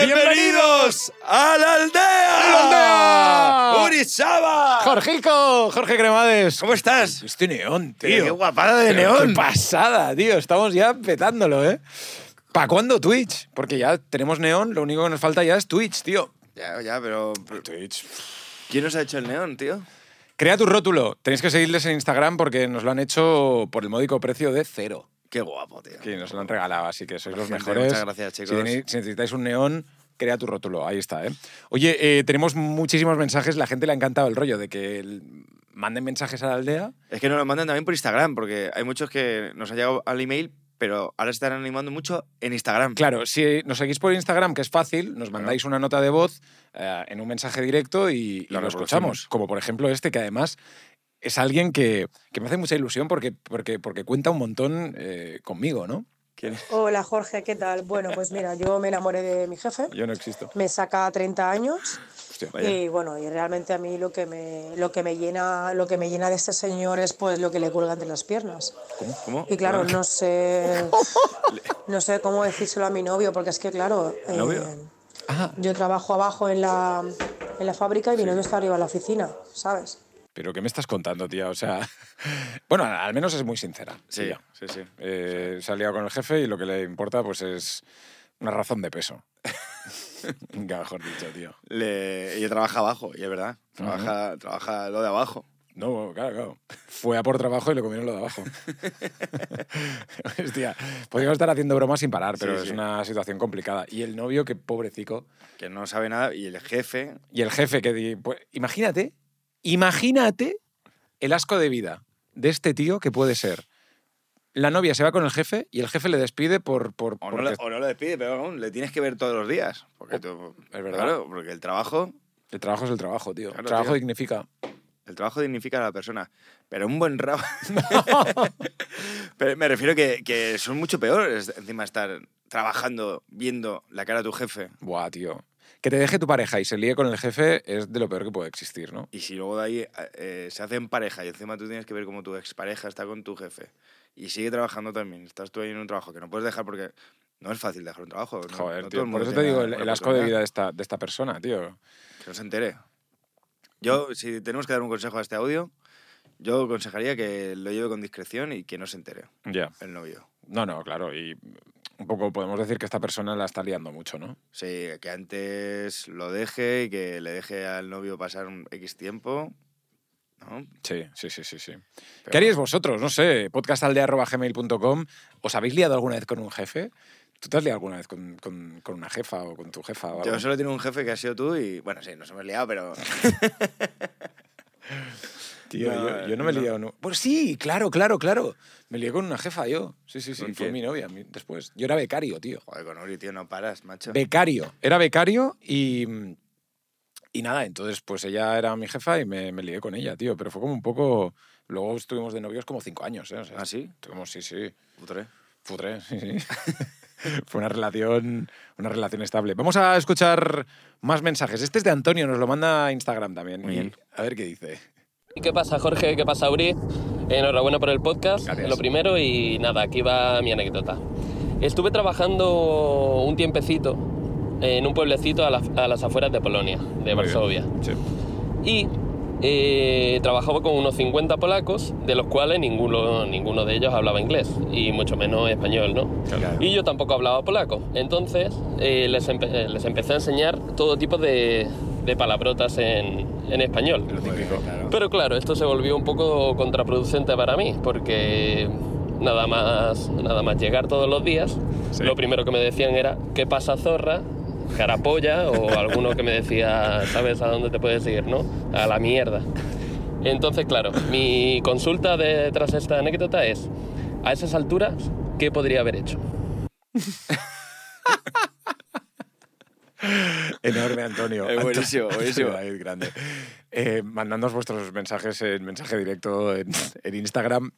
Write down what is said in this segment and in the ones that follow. ¡Bienvenidos a la ¡A la aldea! aldea! ¡Urizaba! Jorgico, Jorge Cremades. ¿Cómo estás? Este neón, Pero tío. ¡Qué guapada de Pero neón! Qué pasada, tío. Estamos ya petándolo, ¿eh? ¿Para cuándo Twitch? Porque ya tenemos neón, lo único que nos falta ya es Twitch, tío. Ya, ya, pero... Twitch. ¿Quién nos ha hecho el neón, tío? Crea tu rótulo. Tenéis que seguirles en Instagram porque nos lo han hecho por el módico precio de cero. qué guapo, tío. Que nos lo han regalado, así que sois los Gente, mejores. muchas gracias, chicos. Si, tenéis- si necesitáis un neón, crea tu rótulo. Ahí está, ¿eh? Oye, eh, tenemos muchísimos mensajes. La gente le ha encantado el rollo de que el- manden mensajes a la aldea. Es que nos lo mandan también por Instagram, porque hay muchos que nos han llegado al email, pero ahora se están animando mucho en Instagram. Claro, si nos seguís por Instagram, que es fácil, nos mandáis una nota de voz eh, en un mensaje directo y, y La lo reproducimos. escuchamos. Como por ejemplo este, que además es alguien que, que me hace mucha ilusión porque, porque, porque cuenta un montón eh, conmigo, ¿no? ¿Quién? Hola Jorge, ¿qué tal? Bueno, pues mira, yo me enamoré de mi jefe, Yo no existo. me saca 30 años Hostia. Vaya. y bueno, y realmente a mí lo que me lo que me llena, lo que me llena de este señor es pues lo que le cuelga entre las piernas. ¿Cómo? ¿Cómo? Y claro, no sé no sé cómo decírselo a mi novio porque es que claro, eh, ¿Novio? Ah, yo trabajo abajo en la en la fábrica y mi novio está arriba en la oficina, ¿sabes? pero ¿qué me estás contando, tía? O sea, bueno, al menos es muy sincera. Sí, tía. sí, sí. Eh, se ha liado con el jefe y lo que le importa pues es una razón de peso. Nunca mejor dicho, tío. Le- Ella trabaja abajo, y es verdad. Trabaja, trabaja lo de abajo. No, claro, claro. Fue a por trabajo y le comieron lo de abajo. Hostia, podríamos estar haciendo bromas sin parar, pero Sí, es sí. una situación complicada. Y el novio, que pobrecico. Que no sabe nada, y el jefe... Y el jefe, que... di- pues, imagínate, imagínate el asco de vida de este tío que puede ser. La novia se va con el jefe y el jefe le despide por... por, O no, por le, o no le despide, pero aún le tienes que ver todos los días. Porque tú- Oh, es verdad. Claro, porque el trabajo, El trabajo es el trabajo, tío. Claro, el trabajo tío. dignifica. el trabajo dignifica a la persona. Pero un buen rabo. pero me refiero que, que son mucho peores encima estar trabajando, viendo la cara de tu jefe. Buah, tío. Que te deje tu pareja y se líe con el jefe es de lo peor que puede existir, ¿no? Y si luego de ahí eh, se hacen pareja y encima tú tienes que ver cómo tu expareja está con tu jefe y sigue trabajando también, estás tú ahí en un trabajo que no puedes dejar porque no es fácil dejar un trabajo. Pues no- Joder, no todo tío, el por mundo eso te tiene digo la- el, la el asco de oportunidad. vida de esta, de esta persona, tío. Que no se entere. Yo, si tenemos que dar un consejo a este audio, yo aconsejaría que lo lleve con discreción y que no se entere Ya. el novio. No, no, claro. Y un poco podemos decir que esta persona la está liando mucho, ¿no? Sí, que antes lo deje y que le deje al novio pasar un X tiempo. ¿no? Sí, sí, sí, sí. sí. Pero- ¿Qué haríais vosotros? No sé, podcastaldea.gmail.com. ¿Os habéis liado alguna vez con un jefe? ¿Tú te has liado alguna vez con, con- con una jefa o con tu jefa? o Yo algo? solo tengo un jefe que ha sido tú y, bueno, sí, nos hemos liado, pero Tío, No, yo, yo no me he no. liado. nu- Pues sí, claro, claro, claro. Me lié con una jefa yo. Sí, sí, sí. ¿Con Fue quién? mi novia mi- después. Yo era becario, tío. joder, con Uri, tío, no paras, macho. Becario. Era becario y. Y nada, entonces pues ella era mi jefa y me, me lié con ella, tío. Pero fue como un poco. Luego estuvimos de novios como cinco años, ¿eh? O sea, ¿Ah, sí? Estuvimos, sí, sí. Putre. Putre, sí, sí. Fue una relación, una relación estable. Vamos a escuchar más mensajes. Este es de Antonio, nos lo manda a Instagram también. Muy Y bien. A ver qué dice. ¿Y ¿Qué pasa, Jorge? ¿Qué pasa, Uri? Enhorabuena por el podcast, Gracias. lo primero, y nada, aquí va mi anécdota. Estuve trabajando un tiempecito en un pueblecito a, la- a las afueras de Polonia, de Varsovia. Sí. Y eh, trabajaba con unos 50 polacos, de los cuales ninguno, ninguno de ellos hablaba inglés, y mucho menos español, ¿no? Y yo tampoco hablaba polaco. Entonces eh, les, empe- eh, les empecé a enseñar todo tipo de, de palabrotas en, en español. Lo típico. Claro. Pero claro, esto se volvió un poco contraproducente para mí, porque nada más, nada más llegar todos los días, Sí. lo primero que me decían era, ¿qué pasa zorra? Carapolla, o alguno que me decía, ¿sabes a dónde te puedes ir? ¿No? A la mierda. Entonces, claro, mi consulta de, tras esta anécdota es, a esas alturas, ¿qué podría haber hecho? Enorme, Antonio. Eh, buenísimo, Anto- buenísimo. Antonio David, grande. Eh, mandadnos vuestros mensajes en mensaje directo en, en Instagram.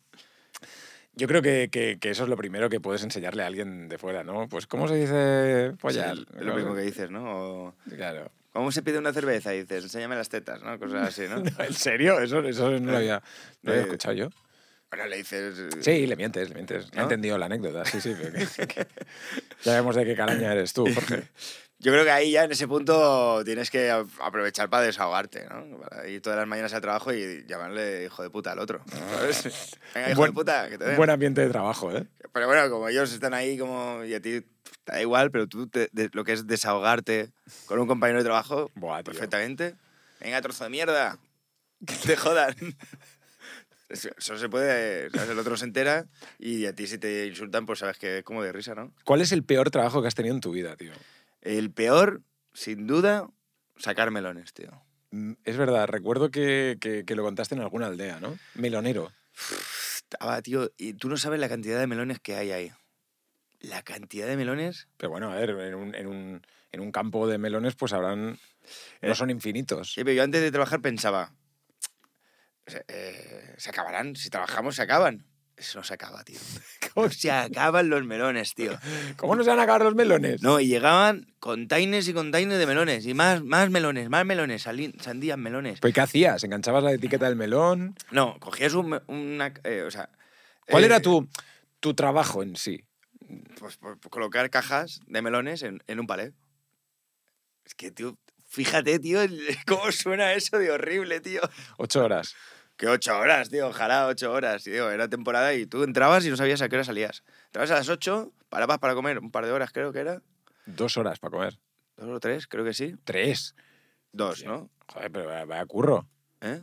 Yo creo que, que- que eso es lo primero que puedes enseñarle a alguien de fuera, ¿no? Pues, ¿cómo se dice pollar? Sí, lo mismo que dices, ¿no? O, Claro. ¿Cómo se pide una cerveza? Y dices, enséñame las tetas, ¿no? Cosas así, ¿no? ¿En serio? Eso, eso no lo había, no lo había Eh, escuchado yo. Bueno, le dices... eh, Sí, le mientes, le mientes. No he ¿No? entendido la anécdota, sí, sí. pero que- que- ya vemos de qué calaña eres tú, Jorge. Yo creo que ahí ya en ese punto tienes que a- aprovechar para desahogarte, ¿no? Para ir todas las mañanas al trabajo y llamarle hijo de puta al otro. ¿sabes? Venga, hijo Buen- de puta, que te den. Buen ambiente de trabajo, ¿eh? Pero bueno, como ellos están ahí como, y a ti te da igual, pero tú te- de- lo que es desahogarte con un compañero de trabajo Buah, tío. perfectamente. Venga, trozo de mierda, que te jodan. Eso eso se puede, ¿sabes? el otro se entera y a ti si te insultan, pues sabes que es como de risa, ¿no? ¿Cuál es el peor trabajo que has tenido en tu vida, tío? El peor, sin duda, sacar melones, tío. Mm, Es verdad, recuerdo que, que- que lo contaste en alguna aldea, ¿no? Melonero. Estaba, tío, y tú no sabes la cantidad de melones que hay ahí. La cantidad de melones. Pero bueno, a ver, en un, en un- en un campo de melones pues habrán... No Eh, son infinitos. Sí, pero yo antes de trabajar pensaba, se, eh, se acabarán, si trabajamos se acaban. Eso no se acaba, tío. No se acaban los melones, tío. ¿Cómo no se van a acabar los melones? No, y llegaban containers y containers de melones, y más, más melones, más melones, salí- sandías, melones. ¿Pero Pues, qué hacías? ¿Enganchabas la etiqueta del melón? No, cogías un, una... eh, o sea, ¿Cuál eh, era tu, tu trabajo en sí? Pues, pues, colocar cajas de melones en, en un palet. Es que, tío, fíjate, tío, el- cómo suena eso de horrible, tío. Ocho horas. Que ocho horas, tío, ojalá ocho horas. Tío, era temporada y tú entrabas y no sabías a qué hora salías. Entrabas a las ocho, parabas para comer un par de horas, creo que era. Dos horas para comer. Dos o tres, creo que sí. Tres. Dos, ¿no? Joder, pero vaya- vaya curro. ¿Eh?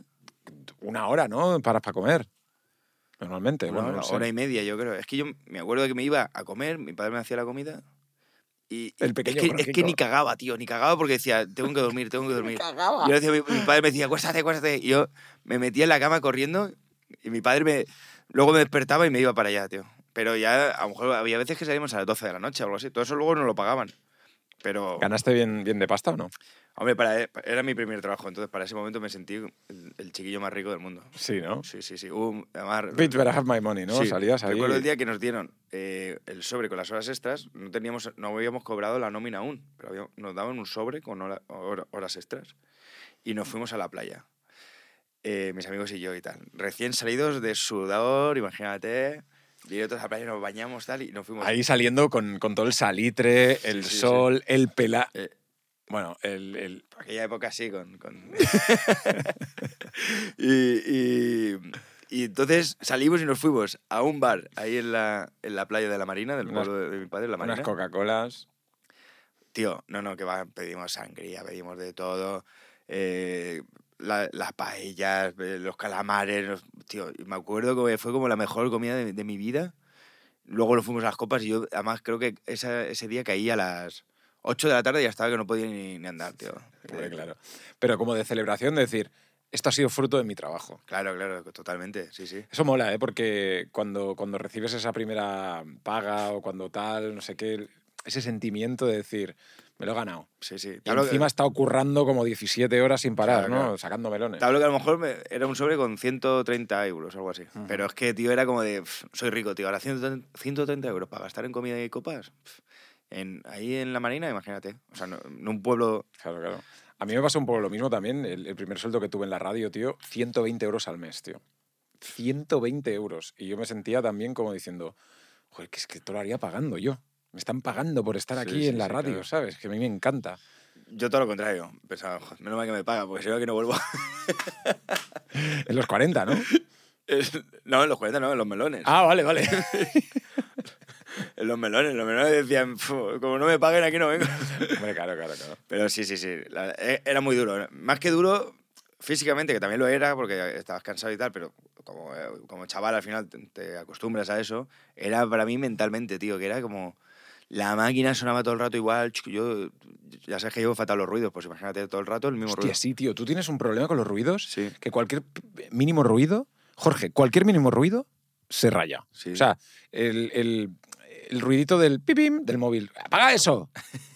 Una hora, ¿no? Paras para comer. Normalmente. Una bueno, hora, no sé. hora y media, yo creo. Es que yo me acuerdo que me iba a comer, mi padre me hacía la comida. Y, y El pequeño es, que, es Francisco. que ni cagaba, tío, ni cagaba porque decía, tengo que dormir, tengo que dormir. Y yo decía, mi, mi padre me decía, acuéstate, acuéstate. Y yo me metía en la cama corriendo y mi padre me, luego me despertaba y me iba para allá, tío. Pero ya, a lo mejor había veces que salíamos a las 12 de la noche o algo así. Todo eso luego no lo pagaban. Pero, ¿Ganaste bien, bien de pasta o no? hombre, para, era mi primer trabajo, entonces para ese momento me sentí el, el chiquillo más rico del mundo. Sí, ¿no? Sí, sí, sí. Hubo, además, Bitch, better have my money, ¿no? Sí, Salías ahí. Recuerdo el día que nos dieron eh, el sobre con las horas extras, no, teníamos, no habíamos cobrado la nómina aún, pero había- nos daban un sobre con hora- hor- horas extras y nos fuimos a la playa. Eh, mis amigos y yo y tal. Recién salidos de sudor, imagínate, directos a la playa, nos bañamos tal y nos fuimos. Ahí saliendo con, con todo el salitre, el sí, sí. sol, el pela... Eh. Bueno, el, el- aquella época sí, con... con- y, y- y entonces salimos y nos fuimos a un bar ahí en la, en la playa de la Marina, del Unas- pueblo de, de mi padre, la Marina. unas Coca-Colas. Tío, no, no, que va, pedimos sangría, pedimos de todo, eh, la- las paellas, eh, los calamares, los- tío, y me acuerdo que fue como la mejor comida de, de mi vida. Luego nos fuimos a las copas y yo, además, creo que esa- ese día caí a las 8 de la tarde y ya estaba que no podía ni, ni andar, tío. Hombre, Eh, pues, claro. Pero como de celebración, de decir, esto ha sido fruto de mi trabajo. Claro, claro, totalmente, sí, sí. Eso mola, ¿eh? Porque cuando, cuando recibes esa primera paga o cuando tal, no sé qué, ese sentimiento de decir, me lo he ganado. Sí, sí. Y Te hablo que- encima he estado currando como 17 horas sin parar, eh, Claro, ¿no? claro. Sacando melones. Te hablo que a lo mejor me- era un sobre con 130 euros, algo así. Ujú. Pero es que, tío, era como de, "Pf, soy rico, tío, ahora 130 130 euros para gastar en comida y copas. pf, en, ahí en la marina, imagínate. O sea, no- en un pueblo... Claro, claro. A mí me pasó un poco lo mismo también. El, el primer sueldo que tuve en la radio, tío, 120 euros al mes, tío. 120 euros. Y yo me sentía también como diciendo, joder, que es que esto lo haría pagando yo. Me están pagando por estar Sí, aquí sí, en la sí, radio, claro. ¿sabes? Que a mí me encanta. Yo todo lo contrario. Pensaba, "Joder, menos mal que me paga, porque si no, que no vuelvo. En los 40, ¿no? Es- no, en los 40 no, en los melones. ah, vale, vale. En los melones, en los melones decían, "Pf, como no me paguen, aquí no vengo. Hombre, claro, claro, claro. Pero sí, sí, sí. la- e- era muy duro. Más que duro físicamente, que también lo era, porque estabas cansado y tal, pero como, eh, como chaval al final te, te acostumbras a eso. Era para mí mentalmente, tío, que era como. La máquina sonaba todo el rato igual. chuc, Yo, ya sabes que llevo fatal los ruidos, pues imagínate todo el rato el mismo Hostia, sí, tío. ¿Tú tienes un problema con los ruidos? Sí. Que cualquier p- mínimo ruido, Jorge, cualquier mínimo ruido se raya. Sí. O sea, el, el, el ruidito del pipim del móvil, ¡apaga eso!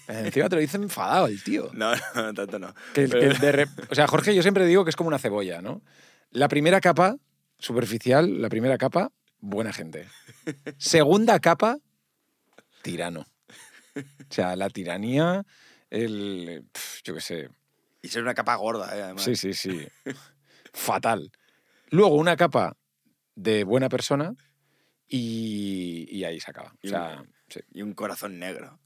Encima te lo dice enfadado el tío. ruido. No, no, tanto no. Que- Pero- que de rep- o sea, Jorge, yo siempre digo que es como una cebolla, ¿no? La primera capa, superficial, la primera capa, buena gente. Segunda capa, tirano. O sea, la tiranía, el. pf, Yo qué sé. Y ser una capa gorda, eh, además. Sí, sí, sí. Fatal. Luego una capa de buena persona y, y ahí se acaba. O Y sea, un- sí. Y un corazón negro.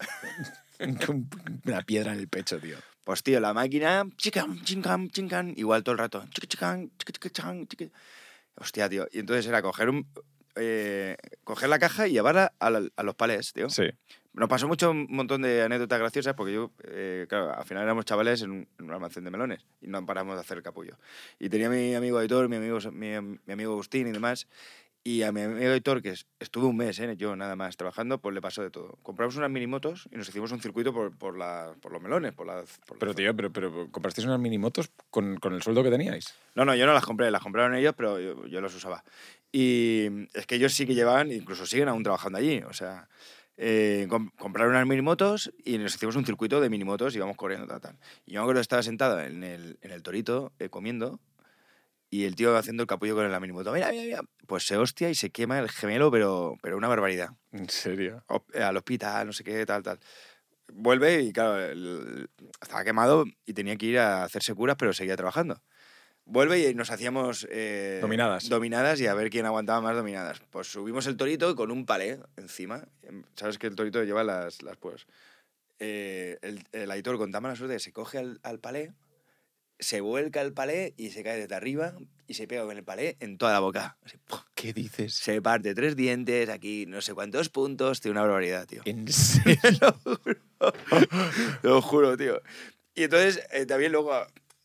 Con una piedra en el pecho, tío. Pues tío, la máquina, chicam, chingam, chingan, igual todo el rato. chiqui, chican, chiqui, chiqui, chan, chiqui. Hostia, tío. Y entonces era coger un eh, coger la caja y llevarla a, la- a los palés, tío. Sí. Nos pasó mucho un montón de anécdotas graciosas porque yo, eh, claro, al final éramos chavales en un, en un almacén de melones y no paramos de hacer capullo. Y tenía a mi amigo Aitor, mi amigo, mi, am- mi amigo Agustín y demás. Y a mi amigo Aitor, que es- estuve un mes, ¿eh? yo nada más trabajando, pues le pasó de todo. Compramos unas minimotos y nos hicimos un circuito por, por, la- por los melones. Por la, por la Pero, zona. tío, pero, pero comprasteis unas minimotos con, con el sueldo que teníais. No, no, yo no las compré, las compraron ellos, pero yo, yo las usaba. Y es que ellos sí que llevaban, incluso siguen aún trabajando allí. O sea, eh, com- compraron unas minimotos y nos hicimos un circuito de minimotos y íbamos corriendo, tal, tal. Y yo me acuerdo que estaba sentada en el, en el torito eh, comiendo y el tío haciendo el capullo con la minimoto. Mira, mira, mira. Pues se hostia y se quema el gemelo, pero, pero una barbaridad. En serio. Op- eh, al hospital, no sé qué, tal, tal. Vuelve y, claro, el- estaba quemado y tenía que ir a hacerse curas, pero seguía trabajando. Vuelve y nos hacíamos... eh, Dominadas. Dominadas y a ver quién aguantaba más dominadas. Pues subimos el torito con un palé encima. Em, Sabes que el torito lleva las, las púas. Eh, el, el Aitor, con tan mala suerte, que se coge al, al palé, se vuelca al palé y se cae desde arriba y se pega con el palé en toda la boca. Así, ¡puf! ¿Qué dices? se parte tres dientes, aquí no sé cuántos puntos, tiene una barbaridad, tío. En serio. Lo juro, tío. Y entonces, eh, también luego...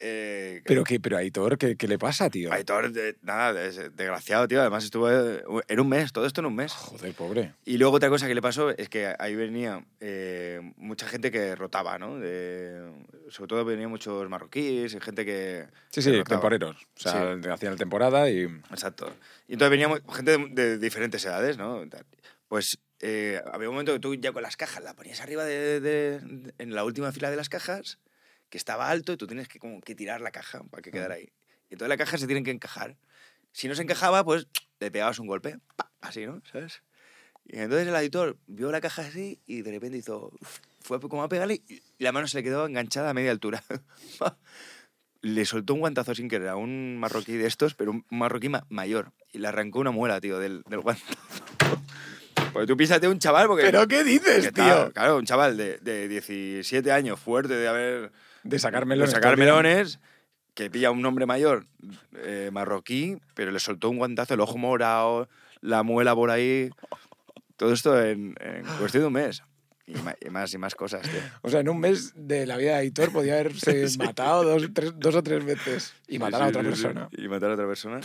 eh, ¿Pero qué? ¿Pero Aitor? ¿Qué, qué le pasa, tío? Aitor, de- nada, des- desgraciado, tío. Además estuvo eh, en un mes, todo esto en un mes. Joder, pobre. Y luego otra cosa que le pasó es que ahí venía eh, mucha gente que rotaba, ¿no? De- sobre todo venían muchos marroquíes, gente que... que Sí, sí, rotaba. temporeros. O sea, hacían la temporada y... Exacto. Y entonces venía mu- gente de, de diferentes edades, ¿no? Tal. Pues eh, había un momento que tú ya con las cajas la ponías arriba de, de- de- en la última fila de las cajas, que estaba alto y tú tienes que como que tirar la caja para que quedara ahí. Y entonces la caja se tienen que encajar. Si no se encajaba, pues le pegabas un golpe, ¡pa! así, ¿no? ¿Sabes? Y entonces el editor vio la caja así y de repente hizo, fue como a pegarle y la mano se le quedó enganchada a media altura. le soltó un guantazo sin querer a un marroquí de estos, pero un marroquí ma- mayor. Y le arrancó una muela, tío, del, del guantazo. Porque tú písate un chaval, porque... qué dices, que tal, Claro, un chaval de, de 17 años, fuerte de haber... De sacar de melones. sacar todo el día. melones, que pilla a un hombre mayor eh, marroquí, pero le soltó un guantazo, el ojo morado, la muela por ahí. Todo esto en, en Ah. cuestión de un mes. Y ma- y más y más cosas, tío. O sea, en un mes de la vida de Aitor podía haberse matado dos, tres- dos o tres veces y matar a Sí, otra sí, sí. persona. Y matar a otra persona.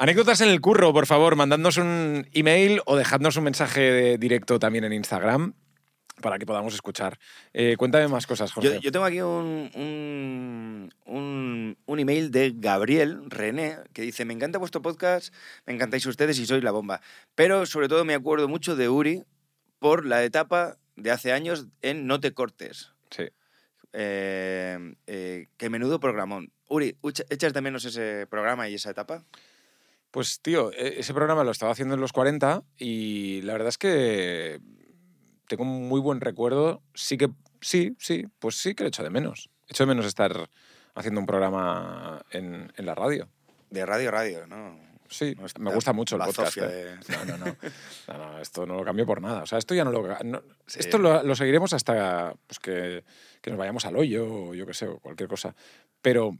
Anécdotas en el curro, por favor, mandadnos un email o dejadnos un mensaje de- directo también en Instagram para que podamos escuchar. Eh, cuéntame más cosas, Yo, Jorge. yo tengo aquí un, un, un, un email de Gabriel René que dice, me encanta vuestro podcast, me encantáis ustedes y sois la bomba. Pero sobre todo me acuerdo mucho de Uri por la etapa de hace años en No te cortes. Sí. Eh, eh, que menudo programón. Uri, ucha- ¿echas de menos ese programa y esa etapa? Pues tío, e- ese programa lo estaba haciendo en los 40 y la verdad es que tengo un muy buen recuerdo. Sí que, sí, sí, pues sí que lo echo de menos. Echo de menos estar haciendo un programa en, en la radio. De radio, radio, ¿no? Sí, No está- me gusta mucho el la podcast. zofia ¿eh? de- No, no, no, no, no, Esto no lo cambio por nada. O sea, esto ya no lo. ga- no- Sí. Esto lo, lo seguiremos hasta pues, que, que nos vayamos al hoyo o yo qué sé, o cualquier cosa. Pero,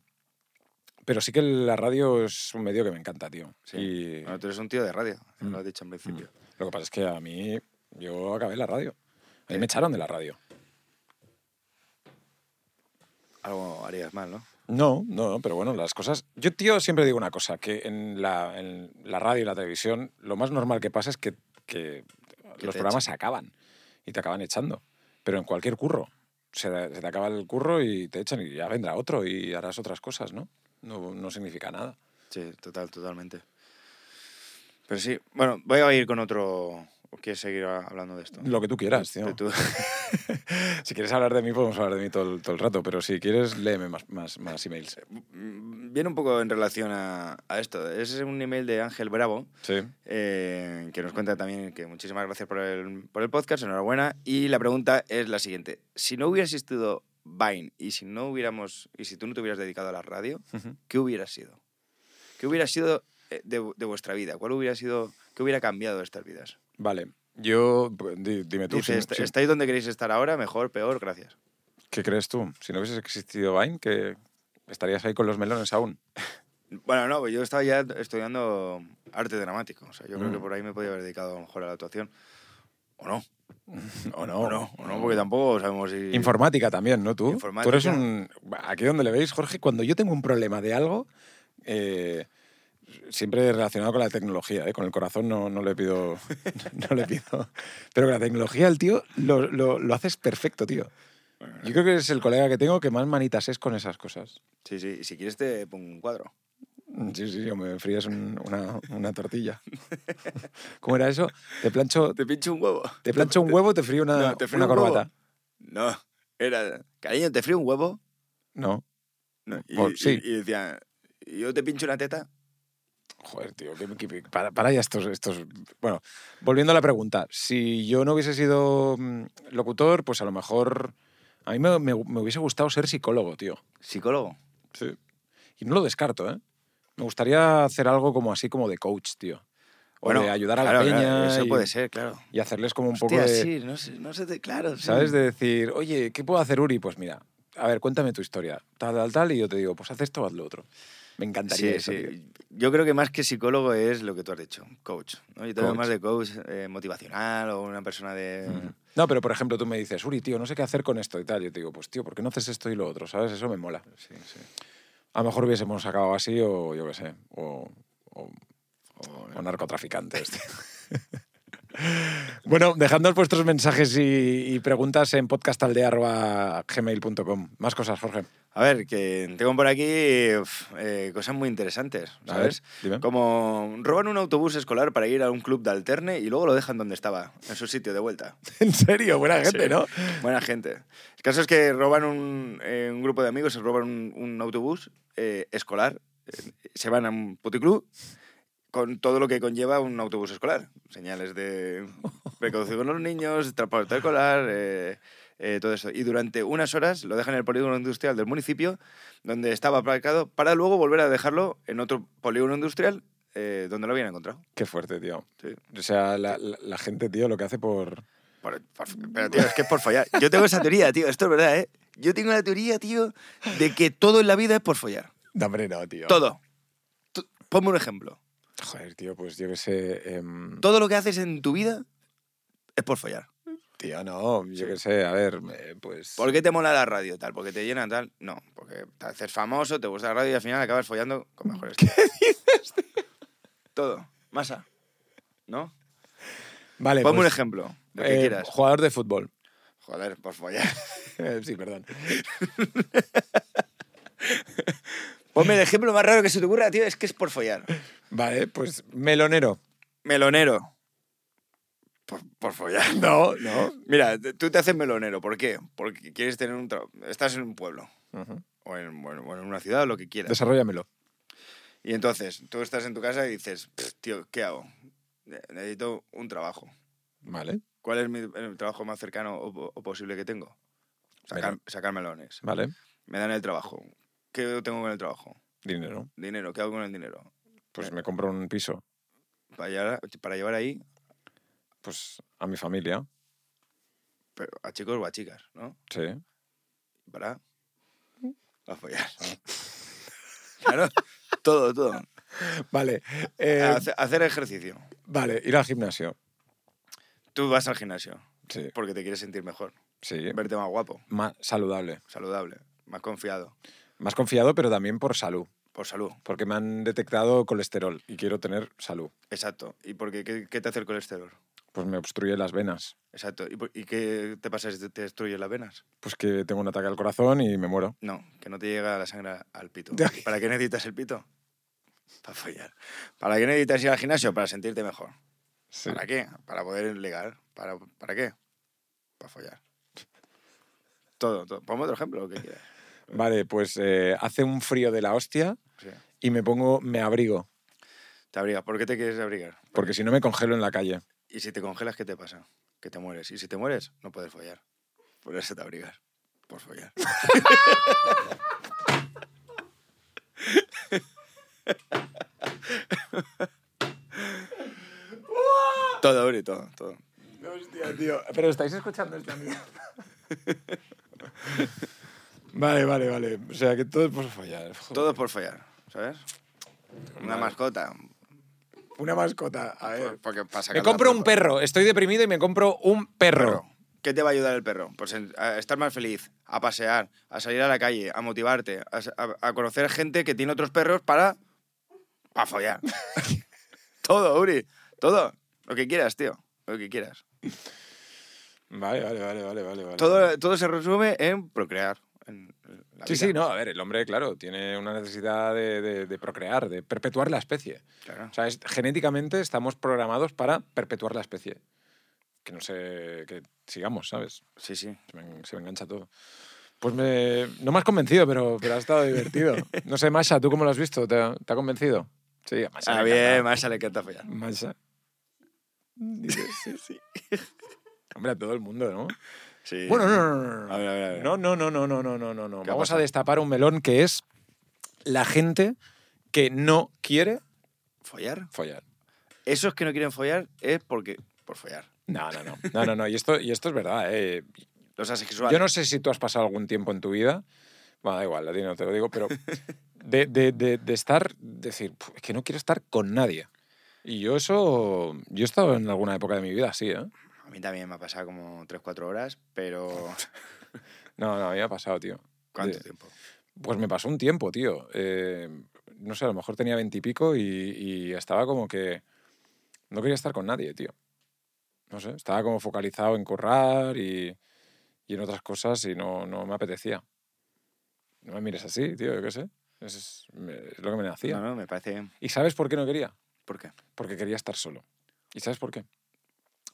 pero sí que la radio es un medio que me encanta, tío. Y Mm. Bueno, tú eres un tío de radio, lo has dicho en principio. lo que pasa es que a mí. Yo acabé en la radio. A mí me echaron de la radio. Algo harías mal, ¿no? No, no, no, pero bueno, las cosas. Yo, tío, siempre digo una cosa: que en la, en la radio y la televisión, lo más normal que pasa es que, que Que los te programas se acaban y te acaban echando. Pero en cualquier curro. Se, da- se te acaba el curro y te echan y ya vendrá otro y harás otras cosas, ¿no? No, no significa nada. Sí, total, totalmente. Pero sí, bueno, voy a ir con otro... ¿O quieres seguir a- hablando de esto? Lo que tú quieras, tío. De tu- Si quieres hablar de mí, podemos hablar de mí todo, el- todo el rato, pero si quieres, léeme más, más, más emails. Mm, Viene un poco en relación a, a esto. Ese es un email de Ángel Bravo, Sí. eh, que nos cuenta también que muchísimas gracias por el, por el podcast, enhorabuena. Y la pregunta es la siguiente. Si no hubiera existido Vine y si, no hubiéramos, y si tú no te hubieras dedicado a la radio, Ujú. ¿qué hubiera sido? ¿Qué hubiera sido eh, de, vu- de vuestra vida? ¿Cuál hubiera sido, qué hubiera cambiado de estas vidas? Vale. Yo, pues, di- dime tú. Dice, este, si- "Est- si- ¿estáis donde queréis estar ahora? Mejor, peor, gracias. ¿Qué crees tú? Si no hubieses existido Vine, que estarías ahí con los melones aún. Bueno, no, pues yo estaba ya estudiando arte dramático. O sea, yo creo Mm. que por ahí me podía haber dedicado a lo mejor a la actuación. O no, O no. o no, o Mm. no, porque tampoco sabemos si... Informática también, ¿no? Tú. Tú eres Informática. un. Aquí donde le veis, Jorge, cuando yo tengo un problema de algo, eh, siempre relacionado con la tecnología, ¿eh? con el corazón no, no le pido. No le pido. Pero con la tecnología, el tío lo, lo- lo haces perfecto, tío. Yo creo que eres el colega que tengo que más manitas es con esas cosas. Sí, sí, y si quieres te pongo un cuadro. Sí, sí, o me frías un- una, una tortilla. ¿Cómo era eso? Te plancho, Te pincho un huevo. te plancho un huevo, te frío una, No, te frío una un huevo. corbata. No, era... Cariño, ¿te frío un huevo? No. No, y, Pues, sí. y- y decía, ¿yo te pincho una teta? Joder, tío, que- que- para, para ya estos, estos... Bueno, volviendo a la pregunta, si yo no hubiese sido mm, locutor, pues a lo mejor... A mí me, me- me hubiese gustado ser psicólogo, tío. ¿Psicólogo? Sí. Y no lo descarto, ¿eh? Me gustaría hacer algo como así como de coach, tío. O de ayudar a la claro, peña claro, eso y, puede ser, claro. y hacerles como un Hostia, poco de... sí, no sé, no sé, te- claro. sí. ¿Sabes? De decir, oye, ¿qué puedo hacer, Uri? Pues mira, a ver, cuéntame tu historia. Tal, tal, tal. Y yo te digo, pues haz esto o haz lo otro. Me encantaría Sí, eso, sí. tío. Yo creo que más que psicólogo es lo que tú has dicho, coach. ¿no? Yo te veo Coach. más de coach eh, motivacional o una persona de... No, pero por ejemplo, tú me dices, Uri, tío, no sé qué hacer con esto y tal. Yo te digo, pues tío, ¿por qué no haces esto y lo otro? ¿Sabes? Eso me mola. A lo mejor hubiésemos acabado así o yo qué sé, o, o- o narcotraficantes. tío. bueno, dejadnos vuestros mensajes y, y preguntas en podcastaldea.gmail.com. Más cosas, Jorge. A ver, que tengo por aquí uf, eh, cosas muy interesantes, A ¿sabes? ver, dime. Como roban un autobús escolar para ir a un club de alterne y luego lo dejan donde estaba, en su sitio de vuelta. en serio, buena gente, Sí, ¿no? Buena gente. El caso es que roban un, eh, un grupo de amigos, se roban un, un autobús eh, escolar, eh, se van a un puticlub con todo lo que conlleva un autobús escolar. Señales de precaución con los niños, transporte escolar, eh, eh, todo eso. Y durante unas horas lo dejan en el polígono industrial del municipio, donde estaba aparcado, para luego volver a dejarlo en otro polígono industrial eh, donde lo habían encontrado. Qué fuerte, tío. Sí. O sea, la, la- la gente, tío, lo que hace por... Por- por- pero, tío, es que es por follar. Yo tengo esa teoría, tío. Esto es verdad, ¿eh? Yo tengo la teoría, tío, de que todo en la vida es por follar. No, hombre, no, tío. Todo. Tú- ponme un ejemplo. Joder, tío, pues yo qué sé... em, Todo lo que haces en tu vida es por follar. Tío, no, yo qué sé, a ver, eh, pues... ¿Por qué te mola la radio tal? ¿Porque te llena tal? No, porque te haces famoso, te gusta la radio y al final acabas follando con mejores. ¿Qué dices, Todo. Masa. ¿No? Vale, ponme un pues, ejemplo. Lo que eh, quieras. Jugador de fútbol. Joder, por follar. Eh, sí, perdón. Ponme el ejemplo más raro que se te ocurra, tío. Es que es por follar. Vale, pues melonero. Melonero. Por, por follar. No, no. Mira, te- tú te haces melonero. ¿Por qué? Porque quieres tener un trabajo. Estás en un pueblo. O en, bueno, o en una ciudad, o lo que quieras. Desarróllamelo. Y entonces, tú estás en tu casa y dices, "Pff, tío, ¿qué hago? Ne- Necesito un trabajo. Vale, ¿Cuál es mi, el trabajo más cercano o, o posible que tengo? Sacar, Melón. sacar melones. vale. Me dan el trabajo. ¿Qué tengo con el trabajo? Dinero. Dinero. ¿Qué hago con el dinero? Pues me compro un piso, Para llevar, para llevar ahí pues a mi familia, pero a chicos o a chicas, ¿no? sí. para apoyar. claro, Ah, todo, todo. Vale, eh, Hace- hacer ejercicio. vale, ir al gimnasio, Tú vas al gimnasio sí, porque te quieres sentir mejor, sí. verte más guapo, Más saludable. saludable, más confiado, Más confiado, pero también por salud, por salud. porque me han detectado colesterol y quiero tener salud. Exacto. ¿Y porque qué, qué te hace el colesterol? Pues me obstruye las venas, Exacto. ¿Y, por- y qué te pasa si te, te destruyen las venas? pues que tengo un ataque al corazón y me muero. No, que no te llega la sangre al pito. Ya. ¿Y ¿Para qué necesitas el pito? Para follar. ¿Para qué necesitas ir al gimnasio? Para sentirte mejor. Sí. ¿Para qué? Para poder ligar. ¿Para, para qué? Para follar. Todo, todo. Ponme otro ejemplo, lo que quieras. Vale, pues eh, hace un frío de la hostia O sea, y me pongo, me abrigo, te abrigas. ¿Por qué te quieres abrigar? porque si no me congelo en la calle. Y si te congelas, ¿qué te pasa? Que te mueres. Y si te mueres, no puedes follar. Por eso te abrigas. Por follar. Todo, hombre, todo, todo. Hostia, tío. Pero estáis escuchando esta mierda. vale, vale, vale. O sea, que todo pues, es por fallar. Joder. Todo por fallar, ¿sabes? Una mascota. Una mascota. A ver. Porque pasa Me compro un perro. Estoy deprimido y me compro un perro. ¿Qué te va a ayudar el perro? Pues en- a estar más feliz, a pasear, a salir a la calle, a motivarte, a, s- a- a conocer gente que tiene otros perros para. para follar. todo, Uri. Todo. Lo que quieras, tío. Lo que quieras. Vale, vale, vale, vale, vale. vale. Todo, todo se resume en procrear. en la Sí, vida. sí, no, a ver, el hombre, claro, tiene una necesidad de, de- de procrear, de perpetuar la especie. Claro. O sea, es- genéticamente estamos programados para perpetuar la especie. Que no sé, que sigamos, ¿sabes? Sí, sí. Se me, en- se me engancha todo. Pues me- no me has convencido, pero, pero ha estado divertido. No sé, Masha, ¿tú cómo lo has visto? ¿Te, ha- te ha convencido? Sí, a Masha. Ah, le bien, encanta. más le encanta follar. Masha. Dice, sí, sí. Hombre, a todo el mundo, ¿no? Sí. Bueno, no, no, no, no. A ver, a ver, a ver. No, no, no, no, no, no, no, no, no. ¿Qué ha Vamos a pasado? destapar un melón que es la gente que no quiere ¿Follar? follar. Esos que no quieren follar es porque. por follar. No, no, no. No, no, no. Y esto, y esto es verdad. eh. Los asexuales. Yo no sé si tú has pasado algún tiempo en tu vida. Bueno, da igual, a ti no te lo digo, pero de, de- de- de estar, decir, "Puf, es que no quiero estar con nadie. Y yo eso, yo he estado en alguna época de mi vida así, ¿eh? A mí también me ha pasado como 3-4 horas, pero. No, no, a mí me ha pasado, tío. ¿Cuánto De- tiempo? Pues me pasó un tiempo, tío. Eh, no sé, a lo mejor tenía veintipico y, y estaba como que no quería estar con nadie, tío. No sé, estaba como focalizado en currar y, y en otras cosas y no, no me apetecía. No me mires así, tío, yo qué sé. Es, es- me- es lo que me nacía. No, no, me parece bien. ¿Y sabes por qué no quería? ¿Por qué? Porque quería estar solo. ¿Y sabes por qué?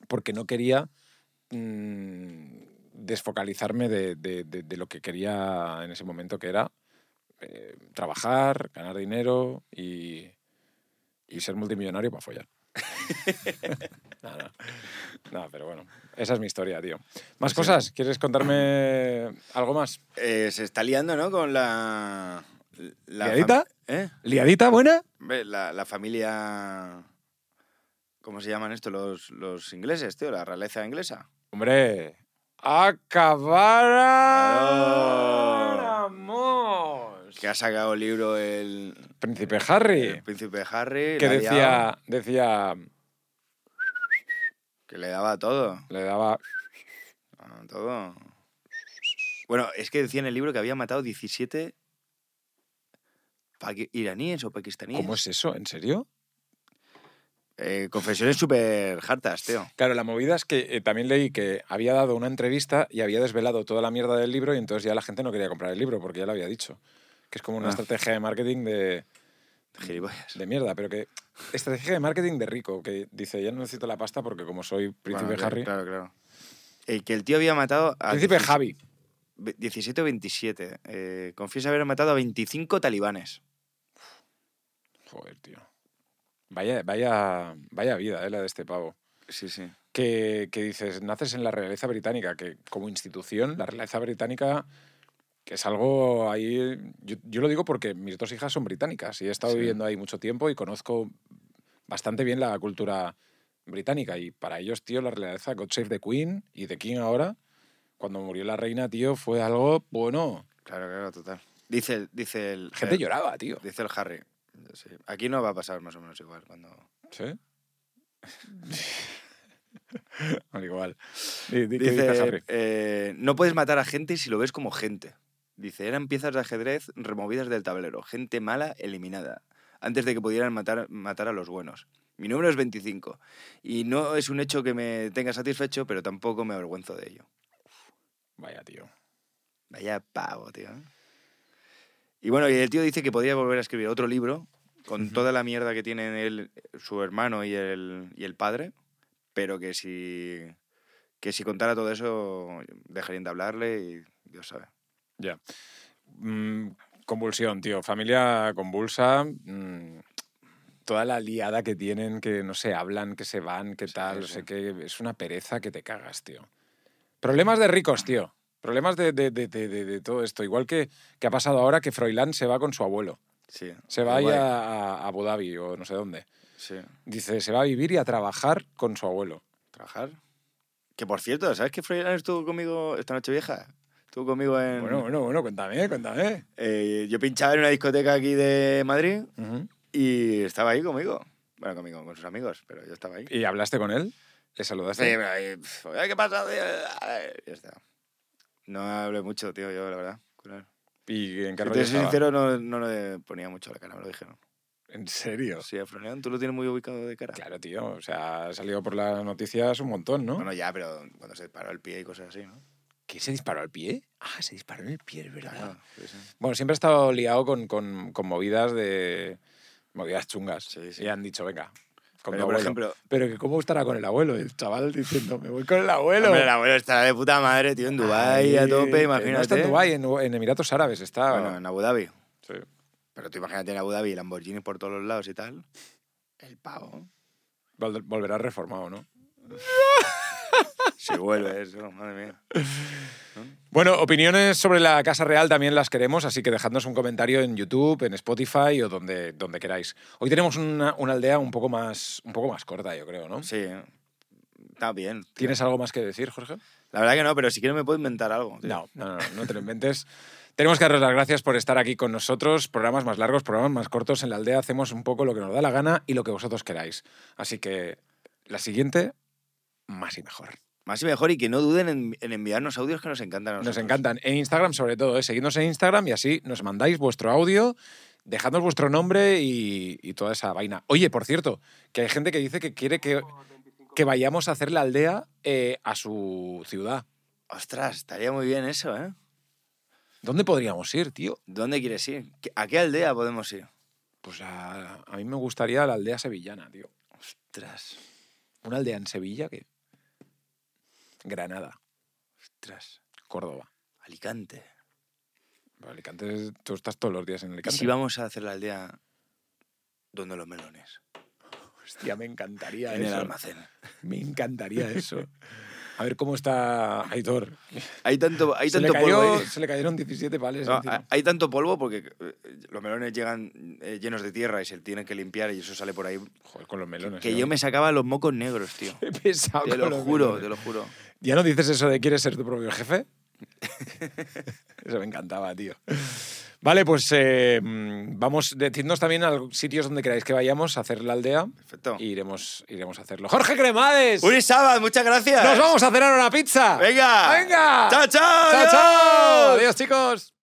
Porque no quería mm, desfocalizarme de, de- de- de lo que quería en ese momento, que era eh, trabajar, ganar dinero y, y ser multimillonario para follar. no, no. No, pero bueno, esa es mi historia, tío. ¿Más cosas? ¿Quieres contarme algo más? Eh, se está liando, ¿no? Con la. la ¿Liadita? fam- ¿Eh? ¿Liadita buena? Ve, La, la familia. ¿Cómo se llaman esto? Los, los ingleses, tío, la realeza inglesa. Hombre, acabará. Claro. Vamos. Que ha sacado el libro el, Príncipe Harry, el príncipe Harry. que la ha liado, decía, decía, Que le daba todo. le daba, Ah, Todo. Bueno, es que decía en el libro que había matado 17 paqui- iraníes o pakistaníes. ¿cómo es eso? ¿En serio? Eh, confesiones súper hartas, tío. Claro, la movida es que eh, también leí que había dado una entrevista y había desvelado toda la mierda del libro y entonces ya la gente no quería comprar el libro porque ya lo había dicho. Que es como una Ah. estrategia de marketing de, Gilipollas. de mierda, pero que... Estrategia de marketing de rico, que dice, ya no necesito la pasta porque como soy príncipe Bueno, Ah, Harry... Claro, claro. Eh, que el tío había matado a Príncipe 17 Javi. ve- 17 o 27. Eh, confiesa haber matado a 25 talibanes. Joder, tío. Vaya, vaya, vaya vida, eh, la de este pavo. Sí, sí. que, que dices, naces en la realeza británica, que como institución, la realeza británica, que es algo ahí, yo, yo lo digo porque mis dos hijas son británicas y he estado Sí. viviendo ahí mucho tiempo y conozco bastante bien la cultura británica y para ellos, tío, la realeza God Save the Queen y The King ahora, cuando murió la reina, tío, fue algo bueno. Claro, claro, total. Dice el. Dice el La gente el- lloraba, tío. Dice el Harry. Sí. Aquí no va a pasar más o menos igual cuando. ¿Sí? Al igual. Di- di- ¿qué Dice, dice Harry? eh, no puedes matar a gente si lo ves como gente. Dice, eran piezas de ajedrez removidas del tablero, gente mala eliminada, antes de que pudieran matar, matar a los buenos. Mi número es 25, y no es un hecho que me tenga satisfecho, pero tampoco me avergüenzo de ello. Vaya, tío. Vaya pavo, tío. ¿eh? Y bueno, y el tío dice que podría volver a escribir otro libro con toda la mierda que tienen él, su hermano y el, y el padre, pero que si, que si contara todo eso dejarían de hablarle y Dios sabe. Ya. Mm, convulsión, tío. Familia convulsa. mm, toda la liada que tienen, que no se hablan, que se van, que tal, no sí. sé qué. Es una pereza que te cagas, tío. Problemas de ricos, tío. Problemas de, de- de- de- de- de todo esto. Igual que, que ha pasado ahora que Froilán se va con su abuelo. Sí. Se va ahí Igual. a, a Abu Dhabi o no sé dónde. Sí. Dice, se va a vivir y a trabajar con su abuelo. Trabajar. Que por cierto, ¿sabes que Froilán estuvo conmigo esta noche vieja? Estuvo conmigo en. Bueno, bueno, bueno, cuéntame, cuéntame. Eh, yo pinchaba en una discoteca aquí de Madrid y estaba ahí conmigo. Bueno, conmigo, con sus amigos, pero yo estaba ahí. ¿Y hablaste con él? ¿Le Sí, saludaste? pero ahí, pf, "Oye, ¿Qué pasa? tío? A ver", Ya está. No hablé mucho, tío, yo, la verdad. con él. ¿Y en qué Si rollo te soy estaba? sincero, no, no le ponía mucho la cara, me lo dijeron. ¿En serio? Sí, a Froilán, tú lo tienes muy ubicado de cara. Claro, tío. O sea, ha salido por las noticias un montón, ¿no? Bueno, ya, pero cuando se paró el pie y cosas así, ¿no? ¿Que se disparó al pie? Ah, se disparó en el pie, es verdad. Claro, sí, sí. Bueno, siempre he estado liado con, con- con movidas de. movidas chungas. Sí, sí. Y han dicho, venga, Pero, con tu por abuelo. ejemplo- Pero que cómo estará con el abuelo. Y el chaval diciendo, me voy con el abuelo. Hombre, el abuelo estará de puta madre, tío, en Dubái a Ay, que tope, imagínate. No está en Dubái, en, en Emiratos Árabes está. Bueno, en Abu Dhabi. Sí. Pero tú imagínate en Abu Dhabi, Lamborghini por todos los lados y tal. El pavo. Vol- Volverá reformado, ¿no? Se vuelve eso, madre mía. Bueno, opiniones sobre la Casa Real también las queremos, así que dejadnos un comentario en YouTube, en Spotify o donde, donde queráis. Hoy tenemos una, una aldea un poco, más, un poco más corta, yo creo, ¿no? Sí, eh. está bien. tío. ¿Tienes algo más que decir, Jorge? La verdad que no, pero si quieres me puedo inventar algo. tío. No, no, no, no te lo inventes. Tenemos que daros las gracias por estar aquí con nosotros. Programas más largos, programas más cortos. En la aldea hacemos un poco lo que nos da la gana y lo que vosotros queráis. Así que la siguiente, más y mejor. Más y mejor, y que no duden en, en enviarnos audios que nos encantan a Nos nosotros. encantan. En Instagram, sobre todo, ¿eh? seguidnos en Instagram y así nos mandáis vuestro audio, dejadnos vuestro nombre y, y toda esa vaina. Oye, por cierto, que hay gente que dice que quiere que, que vayamos a hacer la aldea eh, a su ciudad. Ostras, estaría muy bien eso, ¿eh? ¿Dónde podríamos ir, tío? ¿Dónde quieres ir? ¿Qué- ¿A qué aldea podemos ir? Pues a, a mí me gustaría la aldea sevillana, tío. Ostras, Una aldea en Sevilla que... Granada, ostras. Córdoba. Alicante. Alicante, es- tú estás todos los días en ¿Y Alicante. si vamos a hacer la aldea donde los melones? Hostia, me encantaría En el eso. almacén. Me encantaría eso. A ver cómo está Aitor. Hay tanto, hay se, tanto le cayó- polvo. ¿eh? Ah, ahí. se le cayeron 17 pales. No, encima. ha- hay tanto polvo porque eh, los melones llegan eh, llenos de tierra y se tienen que limpiar y eso sale por ahí. Joder, con los melones. Que ¿eh? yo me sacaba los mocos negros, tío. He pesado Te con lo los juro, melones. te lo juro. ¿Ya no dices eso de quieres ser tu propio jefe? eso me encantaba, tío. Vale, pues eh, mm, vamos, decidnos también a los sitios donde queráis que vayamos a hacer la aldea. Perfecto. Y iremos, iremos a hacerlo. ¡Jorge Cremades! Uri Sabat, muchas gracias. ¡Nos vamos a cenar una pizza! Venga. ¡Venga! Chao, chao. ¡Chao, chao! ¡Adiós, chicos!